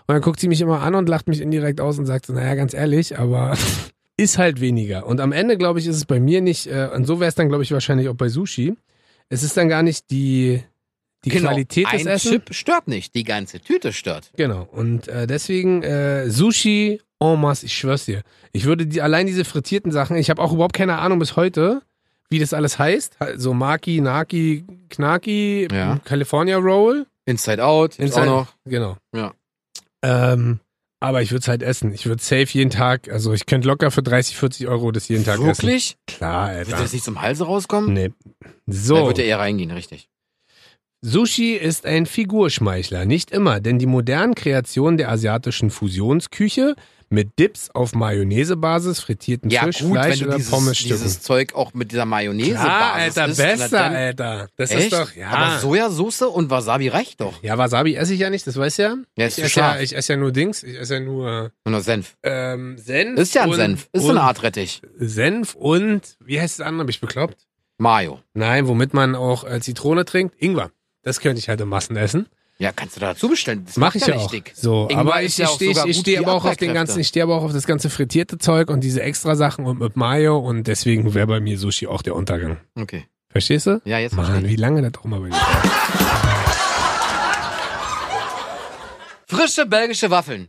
S3: dann guckt sie mich immer an und lacht mich indirekt aus und sagt so, naja, ganz ehrlich, aber ist halt weniger. Und am Ende, glaube ich, ist es bei mir nicht, äh, und so wäre es dann, glaube ich, wahrscheinlich auch bei Sushi, es ist dann gar nicht die, die
S2: Genau.
S3: Qualität
S2: Ein
S3: des Essens.
S2: Chip stört nicht. Die ganze Tüte stört.
S3: Genau. Und äh, deswegen äh, Sushi en masse, ich schwör's dir. Ich würde die, allein diese frittierten Sachen, ich habe auch überhaupt keine Ahnung bis heute, wie das alles heißt. So Maki, Naki, Knaki,
S2: Ja.
S3: California Roll.
S2: Inside Out. Inside
S3: Inside-
S2: auch noch.
S3: Genau.
S2: Ja.
S3: Ähm, aber ich würde es halt essen. Ich würde safe jeden Tag, also ich könnte locker für 30, 40 Euro das jeden Tag essen.
S2: Wirklich?
S3: Klar,
S2: Wird
S3: Alter.
S2: das nicht zum Halse rauskommen?
S3: Nee.
S2: Da
S3: Hm. So.
S2: wird er eher reingehen, richtig.
S3: Sushi ist ein Figurschmeichler, nicht immer, denn die modernen Kreationen der asiatischen Fusionsküche mit Dips auf Mayonnaisebasis, frittierten
S2: Ja,
S3: Fisch,
S2: gut,
S3: Fleisch
S2: wenn
S3: oder
S2: du dieses,
S3: Pommesstücken.
S2: dieses Zeug auch mit dieser Mayonnaise
S3: Klar, Alter,
S2: isst, na
S3: besser,
S2: dann-
S3: Alter. Das
S2: Echt? Ah.
S3: ist doch, ja.
S2: Aber Sojasauce und Wasabi reicht doch.
S3: ja, Wasabi esse ich ja nicht, das weißt du ja.
S2: Ja,
S3: Ich
S2: ist zu
S3: esse ja,
S2: scharf.
S3: ich esse ja nur Dings, ich esse ja nur
S2: Und noch Senf.
S3: ähm, Senf.
S2: Ist ja ein
S3: und,
S2: Senf. Ist so
S3: und,
S2: eine Art Rettich.
S3: Senf und, wie heißt das andere, bin ich bekloppt?
S2: Mayo.
S3: Nein, womit man auch äh, Zitrone trinkt, Ingwer. Das könnte ich halt im Massen essen.
S2: Ja, kannst du dazu bestellen. Das
S3: Mache
S2: macht
S3: ich
S2: ja
S3: ja
S2: nicht
S3: auch.
S2: dick.
S3: So,
S2: Ingwer
S3: aber
S2: ist
S3: ich,
S2: ja
S3: ich
S2: auch
S3: stehe
S2: sogar
S3: ich
S2: gut
S3: stehe
S2: für die
S3: aber auch auf den
S2: Abwehrkräfte.
S3: ganzen, ich stehe aber auch auf das ganze frittierte Zeug und diese extra Sachen und mit Mayo und deswegen wäre bei mir Sushi auch der Untergang.
S2: Okay.
S3: Verstehst du?
S2: Ja, jetzt verstehe
S3: Mann,
S2: ich.
S3: wie lange das auch mal bei dir dauert.
S2: Frische belgische Waffeln.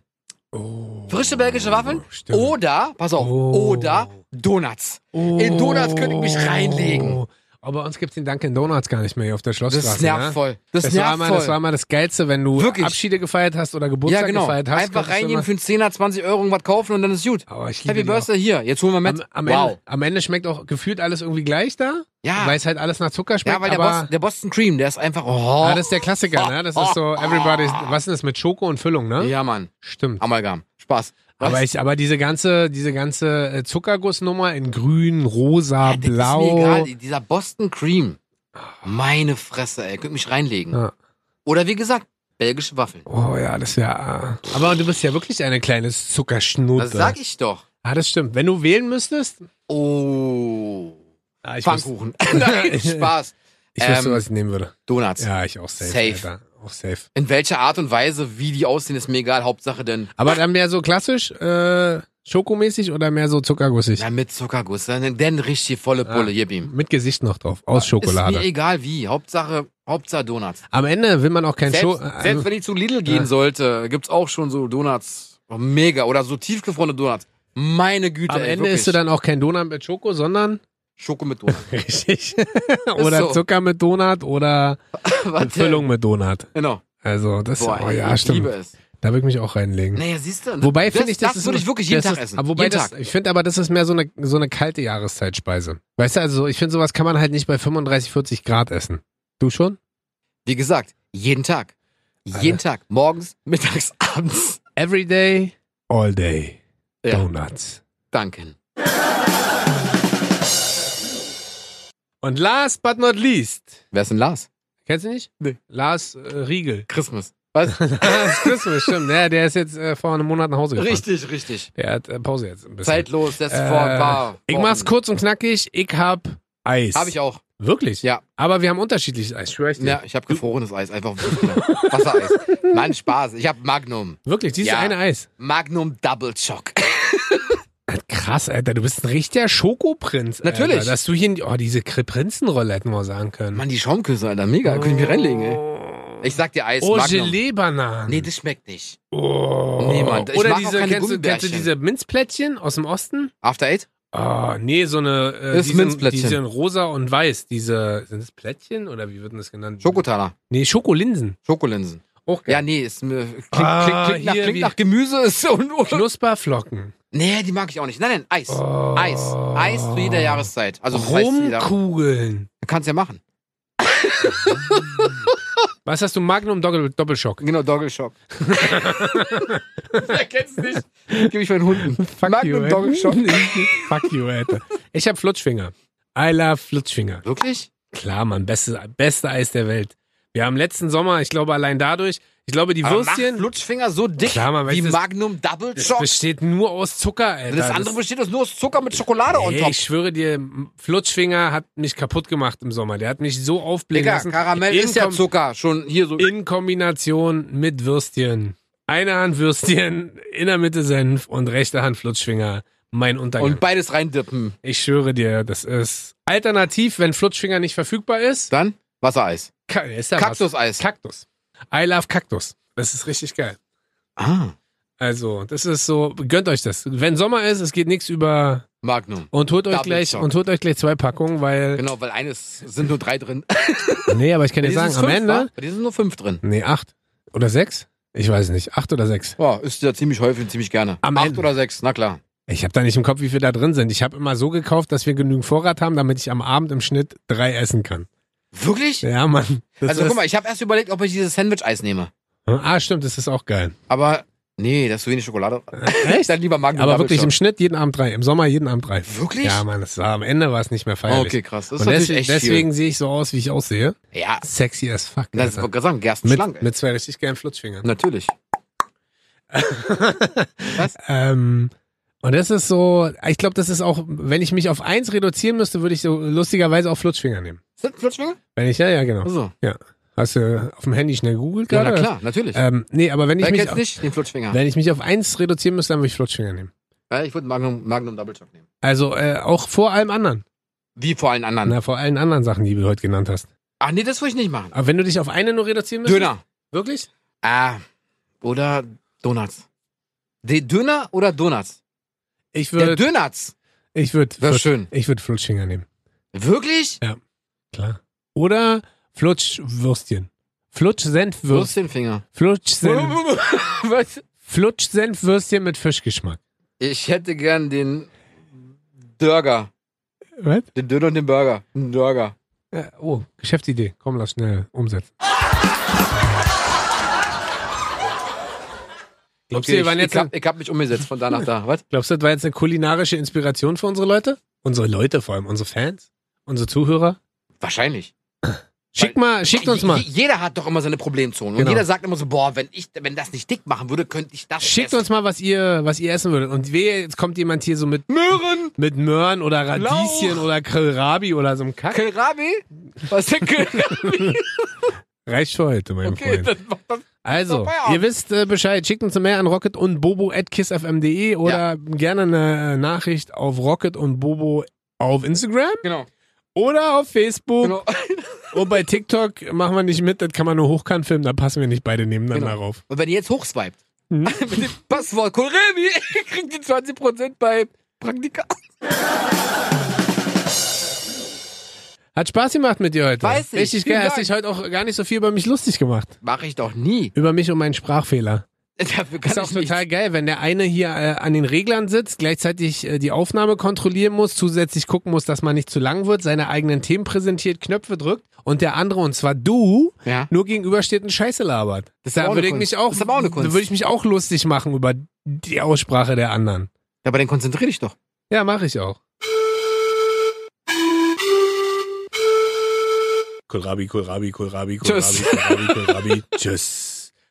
S3: Oh.
S2: Frische belgische Waffeln.
S3: Stimmt.
S2: Oder, pass auf,
S3: Oh.
S2: oder Donuts. in Donuts könnte ich mich reinlegen.
S3: Aber uns gibt's den Dunkin Donuts gar nicht mehr hier auf der
S2: Das
S3: Schlossstraße.
S2: nervt
S3: ne?
S2: voll. Das,
S3: Das, war
S2: nervt
S3: mal,
S2: voll.
S3: das war mal das Geilste, wenn du
S2: Wirklich.
S3: Abschiede gefeiert hast oder Geburtstag
S2: ja, genau.
S3: gefeiert hast.
S2: Einfach
S3: konntest du
S2: reingehen
S3: immer-
S2: für einen Zehner, 20 Euro irgendwas kaufen und dann ist gut.
S3: Aber ich liebe
S2: Happy
S3: die auch.
S2: Birthday hier. Jetzt holen wir mit.
S3: Am, am,
S2: wow.
S3: Ende, am Ende schmeckt auch gefühlt alles irgendwie gleich da.
S2: Ja.
S3: Weil es halt alles nach Zucker schmeckt.
S2: Ja, weil der,
S3: aber
S2: Boston, der Boston Cream, der ist einfach. Oh.
S3: Ah, das ist der Klassiker, ne? Das ist so everybody's. Was ist denn das mit Schoko und Füllung, ne?
S2: ja, Mann.
S3: Stimmt.
S2: Amalgam. Spaß.
S3: Aber, ich, aber diese ganze, diese ganze äh, Zuckergussnummer in grün, rosa,
S2: ja, das Ist mir
S3: blau.
S2: egal. Dieser Boston Cream. Meine Fresse, ey. Könnt mich reinlegen.
S3: Ja.
S2: Oder wie gesagt, belgische Waffeln.
S3: Oh ja, das wäre. Aber du bist ja wirklich eine kleine Zuckerschnute.
S2: Das sag ich doch.
S3: Ah, das stimmt. Wenn du wählen müsstest.
S2: Oh.
S3: Ah, ich wüsste,
S2: Pfannkuchen. Nein, Spaß.
S3: ich wüsste
S2: Ähm,
S3: was ich nehmen würde.
S2: Donuts.
S3: Ja, ich auch safe.
S2: safe.
S3: Alter. Auch safe.
S2: In welcher Art und Weise, wie die aussehen, ist mir egal. Hauptsache denn.
S3: Aber dann mehr so klassisch, äh, schokomäßig oder mehr so zuckergussig?
S2: Na, mit Zuckerguss. Denn, denn richtig volle Pulle. Gib ihm.
S3: Mit Gesicht noch drauf.
S2: Ist
S3: Aus
S2: mir
S3: Schokolade.
S2: egal wie. Hauptsache, Hauptsache Donuts.
S3: Am Ende will man auch kein
S2: Selbst,
S3: Scho.
S2: selbst wenn ich zu Lidl gehen
S3: Ja.
S2: sollte, gibt's auch schon so Donuts. Oh, mega. Oder so tiefgefrorene Donuts. Meine Güte,
S3: Am
S2: ey,
S3: Ende
S2: wirklich.
S3: isst du dann auch kein Donut mit Schoko, sondern
S2: Schoko mit Donut.
S3: richtig. oder
S2: so.
S3: Zucker mit Donut oder eine
S2: Warte.
S3: Füllung mit Donut.
S2: Genau.
S3: Also das
S2: Boah,
S3: oh,
S2: ey,
S3: ja,
S2: ich liebe
S3: stimmt.
S2: es.
S3: Da will ich mich auch reinlegen.
S2: Naja, siehst du.
S3: Wobei finde ich, das,
S2: das
S3: ist
S2: würde ich wirklich jeden
S3: das
S2: Tag
S3: ist,
S2: essen.
S3: Aber wobei
S2: jeden
S3: das,
S2: Tag.
S3: ich finde aber, das ist mehr so eine, so eine kalte Jahreszeitspeise. Weißt du, also ich finde, sowas kann man halt nicht bei 35, 40 Grad essen. Du schon?
S2: Wie gesagt, jeden Tag. Jeden Tag. Morgens, mittags, abends.
S3: Every day, all day.
S2: Ja.
S3: Donuts.
S2: Danke.
S3: Und last but not least.
S2: Wer ist denn Lars?
S3: Kennst du nicht?
S2: Nee.
S3: Lars äh, Riegel.
S2: Christmas. Was?
S3: Lars Christmas, stimmt. Ja, der ist jetzt äh, vor einem Monat nach Hause gefahren.
S2: richtig, richtig.
S3: Der hat äh, Pause jetzt ein bisschen.
S2: Zeitlos, das
S3: Äh,
S2: äh, war.
S3: Ich mach's kurz und knackig. Ich hab Eis.
S2: Habe ich auch.
S3: Wirklich?
S2: Ja.
S3: Aber wir haben unterschiedliches Eis, schwör ich dir.
S2: Ja, ich habe gefrorenes Eis, einfach Wassereis. Mann, Spaß. Ich habe Magnum.
S3: Wirklich, dieses
S2: Ja.
S3: eine Eis.
S2: Magnum Double Shock.
S3: Krass, Alter, du bist ein richtiger Schokoprinz. Alter.
S2: Natürlich.
S3: Dass du hier, in- oh, diese Kri- Prinzenrolle hätten wir sagen können.
S2: Mann, die Schaumküsse, Alter, mega. Könnte ich mich reinlegen, ey. Ich sag dir Eis,
S3: Oh,
S2: Magnum.
S3: Gelee-Bananen.
S2: Nee, das schmeckt nicht.
S3: oh.
S2: niemand. Ich
S3: Oder
S2: mag auch
S3: diese,
S2: keine
S3: kennst, du, kennst du
S2: Gummibärchen.
S3: diese Minzplättchen aus dem Osten?
S2: After Eight?
S3: Oh, nee, so eine. Äh,
S2: Das ist
S3: die sind-
S2: Minzplättchen.
S3: Die sind rosa und weiß. Diese, sind das Plättchen oder wie wird denn das genannt?
S2: Schokotaler.
S3: Nee, Schokolinsen.
S2: Schokolinsen.
S3: Auch
S2: Ja,
S3: geil.
S2: nee, ist mir. Klingt,
S3: Ah,
S2: klingt, klingt, nach,
S3: hier
S2: klingt
S3: wie-
S2: nach Gemüse. Ist und, und.
S3: Knusperflocken.
S2: Nee, die mag ich auch nicht. Nein, nein, Eis.
S3: Oh.
S2: Eis. Eis zu jeder Jahreszeit. Also Preis zu jeder.
S3: Rumkugeln.
S2: Kannst ja machen.
S3: Was hast du? Magnum Doppel Doppelschock.
S2: Genau, Doggle Shock. Wer kennt's nicht? Gib ich meinen Hunden. Magnum
S3: ey.
S2: Doggle Shock.
S3: Fuck you, Alter. Ich hab Flutschfinger. I love Flutschfinger.
S2: Wirklich?
S3: Klar, Mann, beste, beste Eis der Welt. Wir haben letzten Sommer, ich glaube allein dadurch, ich glaube die
S2: Aber macht
S3: Würstchen,
S2: Flutschfinger so dick
S3: Klar, man weiß
S2: wie
S3: es-
S2: Magnum Double
S3: das
S2: Shock.
S3: besteht nur aus Zucker, Alter.
S2: Das andere besteht aus nur aus Zucker mit Schokolade on
S3: Ey,
S2: top.
S3: ich schwöre dir, Flutschfinger hat mich kaputt gemacht im Sommer. Der hat mich so aufblicken
S2: Digga,
S3: lassen.
S2: Karamell
S3: In
S2: ist ja
S3: Kom-
S2: Zucker. Schon hier so.
S3: In Kombination mit Würstchen. Eine Hand Würstchen, in der Mitte Senf und rechte Hand Flutschfinger. Mein Untergang.
S2: Und beides reindippen.
S3: Ich schwöre dir, das ist alternativ, wenn Flutschfinger nicht verfügbar ist.
S2: Dann Wassereis.
S3: Ka ist ja was.
S2: Kaktuseis.
S3: Kaktus. I love Kaktus. Das ist richtig geil.
S2: Ah.
S3: Also, das ist so, gönnt euch das. Wenn Sommer ist, es geht nichts über
S2: Magnum.
S3: und holt euch
S2: Double
S3: gleich
S2: Shock.
S3: und holt euch gleich zwei Packungen, weil
S2: Genau, weil eines sind nur drei drin.
S3: nee, aber ich kann
S2: Bei
S3: dir
S2: dir
S3: sagen,
S2: sind's
S3: am
S2: fünf, wa?
S3: Ende
S2: Bei dir sind nur fünf drin.
S3: nee, acht oder sechs? Ich weiß nicht, acht oder sechs.
S2: Ja, ist ja ziemlich häufig und ziemlich gerne.
S3: Am
S2: Acht
S3: Ende.
S2: oder sechs, na klar.
S3: Ich habe da nicht im Kopf, wie viel da drin sind. Ich habe immer so gekauft, dass wir genügend Vorrat haben, damit ich am Abend im Schnitt drei essen kann.
S2: Wirklich?
S3: Ja, Mann. Das
S2: also
S3: ist,
S2: guck mal, ich habe erst überlegt, ob ich dieses Sandwich-Eis nehme.
S3: Ah, stimmt, das ist auch geil.
S2: Aber nee, das ist zu wenig Schokolade.
S3: Echt?
S2: Dann lieber Magnum.
S3: Aber
S2: Double
S3: wirklich im
S2: Shot.
S3: Schnitt jeden Abend drei. Im Sommer jeden Abend drei.
S2: Wirklich?
S3: Ja, Mann, das war, am Ende war es nicht mehr
S2: Ah,
S3: feierlich.
S2: Okay, krass. Das ist
S3: Und
S2: natürlich
S3: deswegen,
S2: echt
S3: deswegen sehe ich so aus, wie ich aussehe.
S2: viel. Ja,
S3: Sexy as fuck.
S2: das
S3: Alter.
S2: wollte gerade sagen, Gerstenschlank.
S3: mit, mit zwei richtig geilen Flutschfingern.
S2: Natürlich. Was?
S3: Ähm, und das ist so, ich glaube, das ist auch, wenn ich mich auf eins reduzieren müsste, würde ich so lustigerweise auch Flutschfinger nehmen.
S2: Sind Flutschfinger?
S3: Wenn ich, ja, ja, genau.
S2: Achso.
S3: Hast du auf dem Handy schnell googelt
S2: Ja,
S3: gerade?
S2: na klar, natürlich.
S3: Ähm, nee, aber wenn ich,
S2: Wer
S3: mich,
S2: kennt's
S3: auf-
S2: nicht? Den Flutschfinger.
S3: wenn ich mich auf eins reduzieren müsste, dann würde ich Flutschfinger nehmen.
S2: Ja, Äh, ich würde Magnum, Magnum Double Shock nehmen.
S3: Also äh, auch vor allem anderen.
S2: Wie vor allen anderen.
S3: Na, vor allen anderen Sachen, die du heute genannt hast.
S2: Ach nee, das würde ich nicht machen.
S3: Aber wenn du dich auf eine nur reduzieren müsstest?
S2: Döner.
S3: Wirklich?
S2: Ah, oder Donuts. De Döner oder Donuts?
S3: Ich
S2: Der
S3: würde,
S2: Donuts.
S3: ich würde,
S2: Das ist schön.
S3: ich würde Flutschfinger nehmen.
S2: Wirklich?
S3: Klar. Oder Flutschwürstchen. Flutschsenfwürstchen.
S2: Würstchenfinger.
S3: Flutschsenf,
S2: Was?
S3: Flutschsenfwürstchen mit Fischgeschmack.
S2: Ich hätte gern den Burger.
S3: Was?
S2: Den Döner und den Burger. Den Burger.
S3: Äh, oh, Geschäftsidee. Komm, lass schnell umsetzen. Glaubst du,
S2: Okay,
S3: wir waren
S2: ich,
S3: jetzt
S2: ich, hab, ich hab mich umgesetzt von da nach da. Was?
S3: glaubst du, das war jetzt eine kulinarische Inspiration für unsere Leute? Unsere Leute vor allem, unsere Fans, unsere Zuhörer.
S2: Wahrscheinlich.
S3: Schick mal, schickt uns
S2: Je-
S3: mal.
S2: je- Jeder hat doch immer seine Problemzonen.
S3: Genau.
S2: Und jeder sagt immer so, boah, wenn ich, wenn das nicht dick machen würde, könnte ich das
S3: Schickt
S2: essen.
S3: uns mal, was ihr, was ihr essen würdet. Und wehe, jetzt kommt jemand hier so mit,
S2: Möhren,
S3: mit Möhren oder Radieschen
S2: Lauch.
S3: oder Kohlrabi oder so einem Kack.
S2: Kohlrabi. Was denn Kohlrabi?
S3: Reicht für heute, mein
S2: Okay,
S3: Freund.
S2: dann macht das.
S3: Also,
S2: doch Feierabend.
S3: ihr wisst äh, Bescheid. Schickt uns eine Mail an rocket und bobo at kissfm.de oder gerne eine äh, Nachricht auf rocket und bobo auf Instagram
S2: Genau.
S3: oder auf Facebook.
S2: genau.
S3: Und bei TikTok machen wir nicht mit, das kann man nur hochkant filmen, da passen wir nicht beide nebeneinander
S2: Genau.
S3: rauf.
S2: Und wenn ihr jetzt hochswiped, Mit dem Passwort Kohlrabi kriegt ihr 20% bei Praktika.
S3: Hat Spaß gemacht mit dir heute.
S2: Weiß ich.
S3: Richtig
S2: Vielen
S3: geil. Hast
S2: Dank.
S3: dich heute auch gar nicht so viel über mich lustig gemacht.
S2: Mache ich doch nie.
S3: Über mich und meinen Sprachfehler.
S2: Dafür kann
S3: Ist auch
S2: ich nicht.
S3: total geil, wenn der eine hier äh, an den Reglern sitzt, gleichzeitig äh, die Aufnahme kontrollieren muss, zusätzlich gucken muss, dass man nicht zu lang wird, seine eigenen Themen präsentiert, Knöpfe drückt und der andere, und zwar du,
S2: Ja.
S3: nur gegenübersteht und Scheiße labert.
S2: Das ist aber
S3: da
S2: auch
S3: würde ich
S2: eine
S3: mich
S2: Kunst.
S3: auch,
S2: Das ist aber auch eine Kunst.
S3: da würde ich mich auch lustig machen über die Aussprache der anderen.
S2: Aber dann konzentriere dich doch.
S3: Ja, mache ich auch. Kohlrabi, Kohlrabi, Kohlrabi,
S2: Tschüss.
S3: Kohlrabi, Kohlrabi, Kohlrabi. Tschüss.